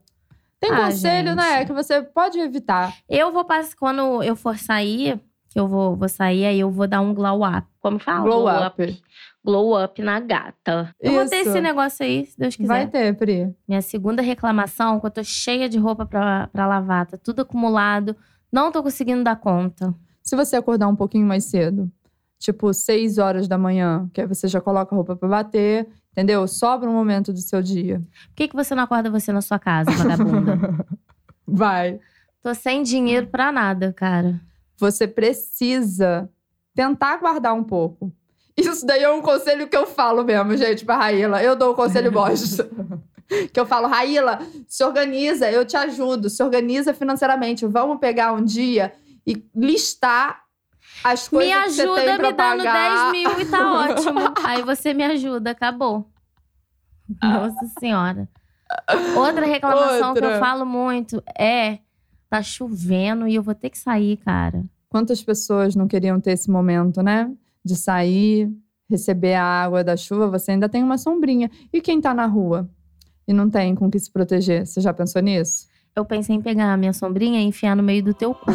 [SPEAKER 1] Tem
[SPEAKER 2] Ah,
[SPEAKER 1] conselho, né?
[SPEAKER 2] gente.
[SPEAKER 1] Que você pode evitar.
[SPEAKER 2] Eu vou passar. Quando eu for sair, que eu vou, vou sair, aí eu vou dar um glow up. Como fala?
[SPEAKER 1] Glow up.
[SPEAKER 2] Glow up na gata. Eu vou ter
[SPEAKER 1] Isso.
[SPEAKER 2] esse negócio aí, se Deus quiser.
[SPEAKER 1] Vai ter, Pri.
[SPEAKER 2] Minha segunda reclamação, que eu tô cheia de roupa pra, pra lavar, tá tudo acumulado. Não tô conseguindo dar conta.
[SPEAKER 1] Se você acordar um pouquinho mais cedo, tipo 6 horas da manhã, que aí você já coloca a roupa pra bater, entendeu? Sobra um momento do seu dia.
[SPEAKER 2] Por que, que você não acorda você na sua casa, vagabunda?
[SPEAKER 1] Vai.
[SPEAKER 2] tô sem dinheiro pra nada, cara.
[SPEAKER 1] Você precisa tentar guardar um pouco. Isso daí é um conselho que eu falo mesmo, gente, pra Raíla. Eu dou o conselho bosta. que eu falo, Raíla, se organiza, eu te ajudo. Se organiza financeiramente. Vamos pegar um dia e listar as coisas
[SPEAKER 2] me
[SPEAKER 1] que você tem
[SPEAKER 2] ajuda
[SPEAKER 1] pra
[SPEAKER 2] me dando
[SPEAKER 1] pagar.
[SPEAKER 2] 10 mil e tá ótimo. Aí você me ajuda, acabou. Nossa senhora. Outra reclamação que eu
[SPEAKER 1] Outra.
[SPEAKER 2] falo muito é: tá chovendo e eu vou ter que sair, cara.
[SPEAKER 1] Quantas pessoas não queriam ter esse momento, né? De sair, receber a água da chuva, você ainda tem uma sombrinha. E quem tá na rua e não tem com que se proteger? Você já pensou nisso?
[SPEAKER 2] Eu pensei em pegar a minha sombrinha e enfiar no meio do teu cu.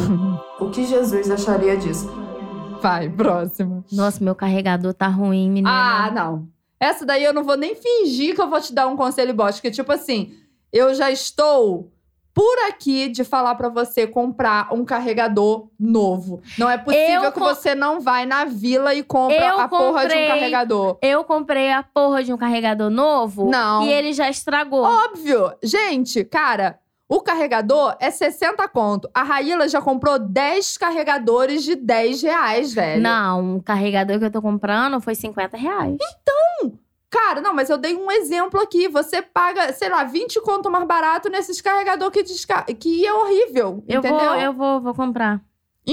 [SPEAKER 1] O que Jesus acharia disso? Vai, próximo.
[SPEAKER 2] Nossa, meu carregador tá ruim, menina.
[SPEAKER 1] Ah, não. Essa daí eu não vou nem fingir que eu vou te dar um conselho bosta, que tipo assim, eu já estou por aqui de falar pra você comprar um carregador novo. Não é possível
[SPEAKER 2] Eu
[SPEAKER 1] que
[SPEAKER 2] com-
[SPEAKER 1] você não vai na vila e compra
[SPEAKER 2] Eu
[SPEAKER 1] a porra de
[SPEAKER 2] comprei.
[SPEAKER 1] um carregador.
[SPEAKER 2] Eu comprei a porra de um carregador novo
[SPEAKER 1] Não.
[SPEAKER 2] e é- ele já estragou.
[SPEAKER 1] Óbvio. Gente, cara, o carregador é 60 conto. A Raíla já comprou 10 carregadores de 10 reais, velho.
[SPEAKER 2] não, o carregador que eu tô comprando foi 50 reais.
[SPEAKER 1] Cara, não, mas eu dei um exemplo aqui. Você paga, sei lá, 20 conto mais barato nesses carregador que, desca... que é horrível,
[SPEAKER 2] Eu,
[SPEAKER 1] entendeu?
[SPEAKER 2] vou, eu vou, vou comprar.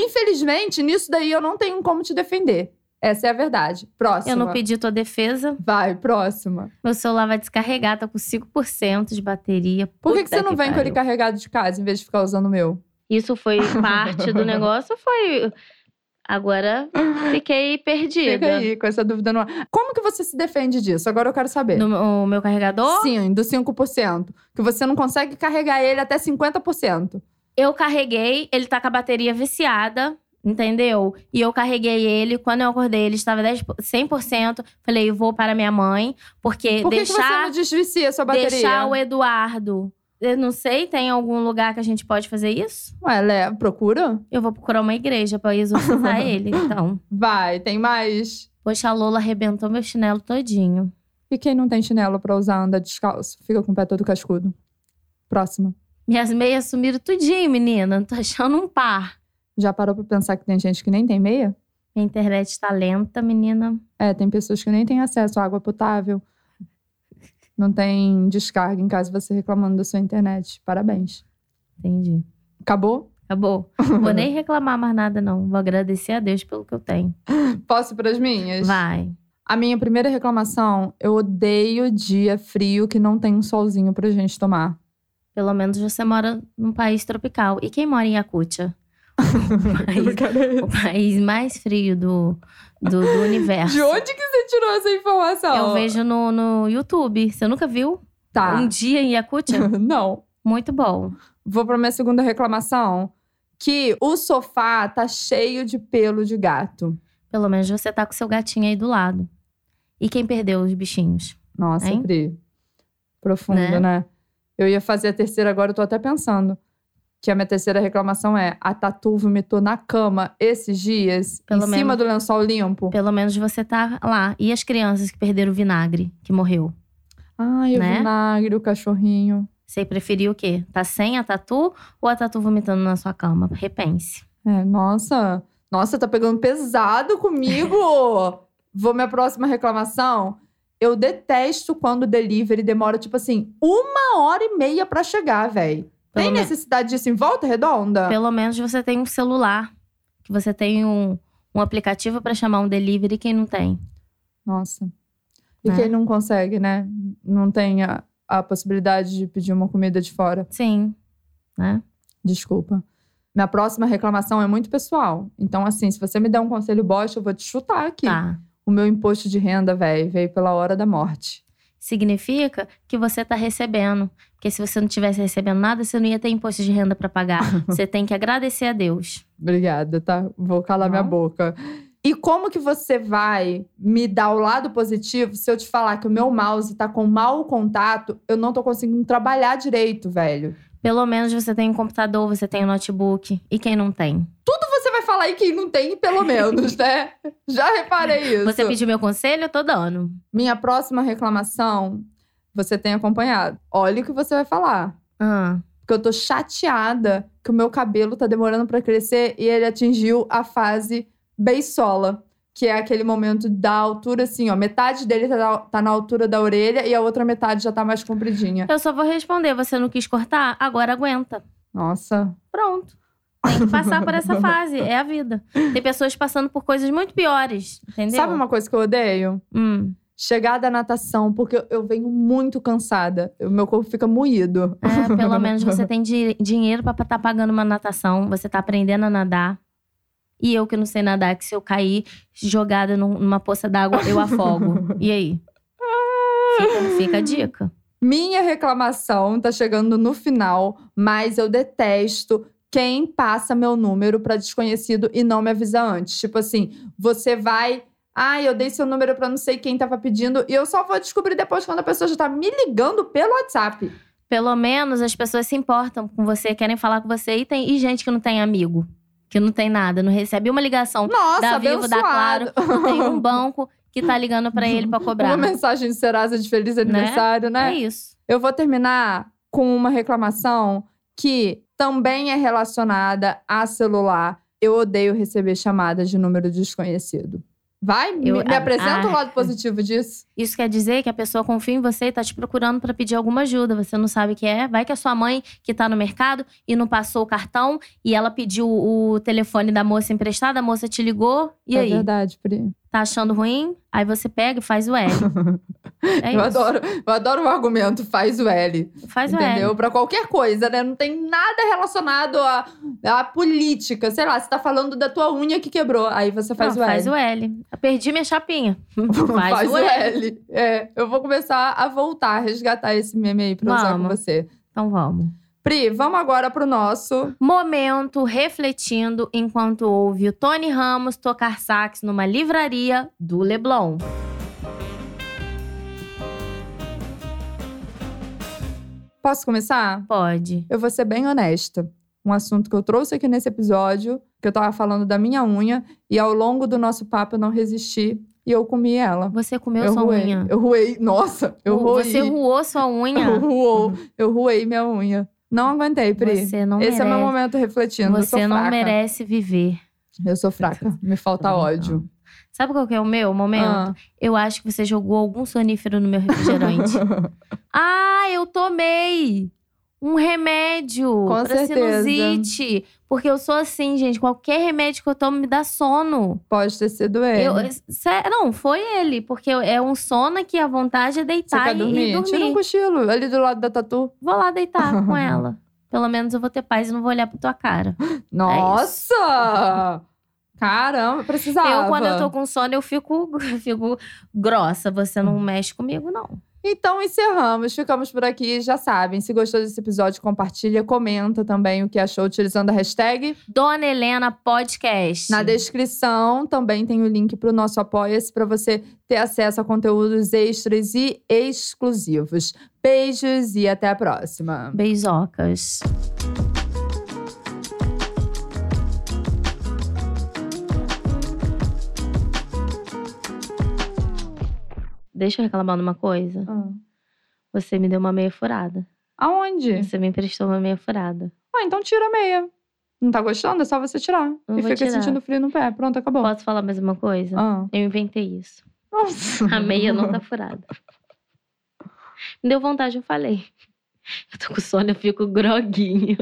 [SPEAKER 1] Infelizmente, nisso daí eu não tenho como te defender. Essa é a verdade. Próxima.
[SPEAKER 2] Eu não pedi tua defesa.
[SPEAKER 1] Vai, próxima.
[SPEAKER 2] Meu celular vai descarregar, tá com 5% de bateria.
[SPEAKER 1] Por que,
[SPEAKER 2] Puta
[SPEAKER 1] que você não vem com
[SPEAKER 2] pariu.
[SPEAKER 1] ele carregado de casa em vez de ficar usando o meu?
[SPEAKER 2] Isso foi parte do negócio, foi Agora fiquei perdida.
[SPEAKER 1] Fica aí com essa dúvida no ar. Como que você se defende disso? Agora eu quero saber.
[SPEAKER 2] No o meu carregador,
[SPEAKER 1] Sim, do 5%. Que você não consegue carregar ele até 50%.
[SPEAKER 2] eu carreguei, ele tá com a bateria viciada, entendeu? E eu carreguei ele, quando eu acordei, ele estava 10, 100%. Falei, eu vou para minha mãe, porque
[SPEAKER 1] Por que, que você
[SPEAKER 2] deixar,
[SPEAKER 1] não desvicia a sua bateria?
[SPEAKER 2] deixar o Eduardo. Eu não sei, tem algum lugar que a gente pode fazer isso?
[SPEAKER 1] Ué, Lé, procura?
[SPEAKER 2] Eu vou procurar uma igreja pra exorcizar ele, então.
[SPEAKER 1] Vai, tem mais.
[SPEAKER 2] Poxa, a Lola arrebentou meu chinelo todinho.
[SPEAKER 1] E quem não tem chinelo pra usar anda descalço? Fica com o pé todo cascudo. Próxima.
[SPEAKER 2] Minhas meias sumiram tudinho, menina. Não tô achando um par.
[SPEAKER 1] Já parou pra pensar que tem gente que nem tem meia?
[SPEAKER 2] Minha internet tá lenta, menina.
[SPEAKER 1] É, tem pessoas que nem têm acesso à água potável. Não tem descarga em casa você reclamando da sua internet. Parabéns.
[SPEAKER 2] Entendi.
[SPEAKER 1] Acabou?
[SPEAKER 2] Acabou. Não vou nem reclamar mais nada, não. Vou agradecer a Deus pelo que eu tenho.
[SPEAKER 1] Posso ir pras minhas?
[SPEAKER 2] Vai.
[SPEAKER 1] A minha primeira reclamação, eu odeio dia frio que não tem um solzinho pra gente tomar.
[SPEAKER 2] Pelo menos você mora num país tropical. E quem mora em Yakutia? O país, o país mais frio do, do, do universo.
[SPEAKER 1] De onde que você tirou essa informação?
[SPEAKER 2] Eu vejo no, no YouTube. Você nunca viu?
[SPEAKER 1] Tá.
[SPEAKER 2] Um dia em Yakutia?
[SPEAKER 1] não.
[SPEAKER 2] Muito bom.
[SPEAKER 1] Vou pra minha segunda reclamação, que o sofá tá cheio de pelo de gato.
[SPEAKER 2] Pelo menos você tá com seu gatinho aí do lado. E quem perdeu os bichinhos?
[SPEAKER 1] Nossa,
[SPEAKER 2] Hein?
[SPEAKER 1] Pri. Profundo, né?
[SPEAKER 2] Né?
[SPEAKER 1] Eu ia fazer a terceira agora, eu tô até pensando. Que a minha terceira reclamação é: a Tatu vomitou na cama esses dias,
[SPEAKER 2] Pelo
[SPEAKER 1] em cima
[SPEAKER 2] menos.
[SPEAKER 1] do lençol limpo.
[SPEAKER 2] Pelo menos você tá lá. E as crianças que perderam o vinagre, que morreu?
[SPEAKER 1] Ai, o
[SPEAKER 2] Né?
[SPEAKER 1] vinagre, o cachorrinho.
[SPEAKER 2] Você preferiu o quê? Tá sem a tatu ou a tatu vomitando na sua cama? Repense.
[SPEAKER 1] É, nossa, nossa, tá pegando pesado comigo. Vou minha próxima reclamação. Eu detesto quando o delivery demora, tipo assim, uma hora e meia pra chegar, véi.
[SPEAKER 2] Pelo,
[SPEAKER 1] Tem
[SPEAKER 2] me-
[SPEAKER 1] necessidade disso em volta redonda?
[SPEAKER 2] pelo menos você tem um celular. Que você tem um, um aplicativo pra chamar um delivery. Quem não tem?
[SPEAKER 1] Nossa. E
[SPEAKER 2] Né?
[SPEAKER 1] quem não consegue, né? Não tem a, a possibilidade de pedir uma comida de fora.
[SPEAKER 2] Sim. Né?
[SPEAKER 1] Desculpa. Minha próxima reclamação é muito pessoal. Então, assim, se você me der um conselho bosta, eu vou te chutar aqui.
[SPEAKER 2] Tá.
[SPEAKER 1] O meu imposto de renda, velho, veio pela hora da morte.
[SPEAKER 2] Significa que você tá recebendo. Porque se você não tivesse recebendo nada, você não ia ter imposto de renda pra pagar. você tem que agradecer a Deus.
[SPEAKER 1] Obrigada, tá? Vou calar minha
[SPEAKER 2] Não.
[SPEAKER 1] boca. E como que você vai me dar o lado positivo se eu te falar que o meu mouse tá com mau contato, eu não tô conseguindo trabalhar direito, velho?
[SPEAKER 2] Pelo menos você tem um computador, você tem um notebook. E quem não tem?
[SPEAKER 1] Você vai falar aí quem não tem, pelo menos, né? Já reparei isso.
[SPEAKER 2] Você pediu meu conselho? Eu tô dando.
[SPEAKER 1] Minha próxima reclamação, você tem acompanhado. Olha o que você vai falar.
[SPEAKER 2] Ah,
[SPEAKER 1] Porque eu tô chateada que o meu cabelo tá demorando pra crescer e ele atingiu a fase beisola. Que é aquele momento da altura, assim, ó. Metade dele tá na, tá na altura da orelha e a outra metade já tá mais compridinha.
[SPEAKER 2] eu só vou responder. Você não quis cortar? Agora aguenta.
[SPEAKER 1] Nossa.
[SPEAKER 2] Pronto. Tem que passar por essa fase. É a vida. Tem pessoas passando por coisas muito piores. Entendeu?
[SPEAKER 1] Sabe uma coisa que eu odeio?
[SPEAKER 2] Hum,
[SPEAKER 1] Chegar da natação, porque eu- eu venho muito cansada. O meu corpo fica moído.
[SPEAKER 2] é, pelo menos você tem di- dinheiro pra estar pagando uma natação. Você tá aprendendo a nadar. E eu que não sei nadar, que se eu cair jogada num- numa poça d'água, eu afogo. E aí? Fica, fica a dica.
[SPEAKER 1] Minha reclamação tá chegando no final, mas eu detesto quem passa meu número pra desconhecido e não me avisa antes. Tipo assim, você vai, ah, eu dei seu número pra não sei quem tava pedindo e eu só vou descobrir depois quando a pessoa já tá me ligando pelo WhatsApp.
[SPEAKER 2] Pelo menos as pessoas se importam com você, querem falar com você. E tem e gente que não tem amigo, que não tem nada, não recebe uma ligação.
[SPEAKER 1] Nossa,
[SPEAKER 2] Dá Vivo, dá
[SPEAKER 1] abençoado.
[SPEAKER 2] Não tem um banco que tá ligando pra ele pra
[SPEAKER 1] Uma
[SPEAKER 2] cobrar.
[SPEAKER 1] mensagem de Serasa de feliz aniversário, né?
[SPEAKER 2] É isso.
[SPEAKER 1] Eu vou terminar com uma reclamação que também é relacionada a celular. Eu odeio receber chamadas de número desconhecido. Vai? Me-
[SPEAKER 2] Eu-
[SPEAKER 1] me
[SPEAKER 2] a-
[SPEAKER 1] apresenta o
[SPEAKER 2] a-
[SPEAKER 1] lado positivo disso.
[SPEAKER 2] Isso quer dizer que a pessoa confia em você e tá te procurando pra pedir alguma ajuda. Você não sabe o que é. Vai que a sua mãe, que tá no mercado e não passou o cartão, e ela pediu o telefone da moça emprestada, a moça te ligou. E
[SPEAKER 1] é
[SPEAKER 2] aí?
[SPEAKER 1] verdade, Pri.
[SPEAKER 2] tá achando ruim, aí você pega e faz o L. É
[SPEAKER 1] eu
[SPEAKER 2] isso.
[SPEAKER 1] adoro, eu adoro o argumento, faz o L.
[SPEAKER 2] Faz o L.
[SPEAKER 1] entendeu? Pra qualquer coisa, né? Não tem nada relacionado à, à política. Sei lá, você tá falando da tua unha que quebrou. Aí você faz
[SPEAKER 2] Não,
[SPEAKER 1] o L.
[SPEAKER 2] faz o L. Eu perdi minha chapinha. Faz,
[SPEAKER 1] Faz
[SPEAKER 2] o L.
[SPEAKER 1] É, eu vou começar a voltar, a resgatar esse meme aí pra usar com
[SPEAKER 2] Vamos.
[SPEAKER 1] você.
[SPEAKER 2] Então vamos.
[SPEAKER 1] Pri, vamos agora pro nosso.
[SPEAKER 2] Momento refletindo enquanto ouve o Tony Ramos tocar sax numa livraria do Leblon.
[SPEAKER 1] Posso começar?
[SPEAKER 2] Pode.
[SPEAKER 1] Eu vou ser bem honesta. Um assunto que eu trouxe aqui nesse episódio, que eu tava falando da minha unha, e ao longo do nosso papo eu não resisti e eu comi ela.
[SPEAKER 2] Você comeu
[SPEAKER 1] eu
[SPEAKER 2] sua
[SPEAKER 1] ruei.
[SPEAKER 2] unha?
[SPEAKER 1] Eu ruei. Nossa, eu
[SPEAKER 2] Ru-
[SPEAKER 1] ruei.
[SPEAKER 2] Você ruou sua
[SPEAKER 1] Eu
[SPEAKER 2] unha?
[SPEAKER 1] ruou. Eu ruei minha unha. Não aguentei, Pri.
[SPEAKER 2] Você não
[SPEAKER 1] Esse
[SPEAKER 2] merece.
[SPEAKER 1] é o meu momento refletindo. eu sou
[SPEAKER 2] Você não
[SPEAKER 1] fraca.
[SPEAKER 2] merece viver.
[SPEAKER 1] Eu sou fraca. Me falta
[SPEAKER 2] Tô brincando.
[SPEAKER 1] ódio.
[SPEAKER 2] Sabe qual que é o meu momento?
[SPEAKER 1] Ah.
[SPEAKER 2] Eu acho que você jogou algum sonífero no meu refrigerante. ah, eu tomei um remédio
[SPEAKER 1] Com
[SPEAKER 2] pra
[SPEAKER 1] certeza.
[SPEAKER 2] sinusite. Porque eu sou assim, gente. Qualquer remédio que eu tomo me dá sono.
[SPEAKER 1] Pode ter sido ele.
[SPEAKER 2] Eu, sé- não, foi ele. Porque eu- é um sono que a vontade é
[SPEAKER 1] Você
[SPEAKER 2] deitar
[SPEAKER 1] quer
[SPEAKER 2] e-
[SPEAKER 1] dormir?
[SPEAKER 2] e
[SPEAKER 1] Tira um
[SPEAKER 2] dormir.
[SPEAKER 1] cochilo ali do lado da tatu.
[SPEAKER 2] Vou lá deitar com ela. Pelo menos eu vou ter paz e não vou olhar pra tua cara.
[SPEAKER 1] Nossa! Caramba, precisava.
[SPEAKER 2] Eu, quando eu tô com sono, eu fico, eu fico grossa. Você não mexe comigo, não.
[SPEAKER 1] Então encerramos, ficamos por aqui. Já sabem, se gostou desse episódio, compartilha, comenta também o que achou utilizando a hashtag.
[SPEAKER 2] Dona Helena Podcast.
[SPEAKER 1] Na descrição também tem o link para o nosso Apoia-se para você ter acesso a conteúdos extras e exclusivos. Beijos e até a próxima.
[SPEAKER 2] Beijocas. Deixa eu reclamar numa coisa. Você me deu uma meia furada.
[SPEAKER 1] Aonde?
[SPEAKER 2] Você me emprestou uma meia furada.
[SPEAKER 1] Ah, então tira a meia. Não tá gostando? É só você tirar.
[SPEAKER 2] Não
[SPEAKER 1] e
[SPEAKER 2] vou
[SPEAKER 1] fica
[SPEAKER 2] tirar.
[SPEAKER 1] sentindo frio no pé. Pronto, acabou.
[SPEAKER 2] Posso falar mais uma coisa?
[SPEAKER 1] Ah.
[SPEAKER 2] Eu inventei isso. A meia não tá furada. Me deu vontade, eu falei. Eu tô com sono, eu fico groguinha.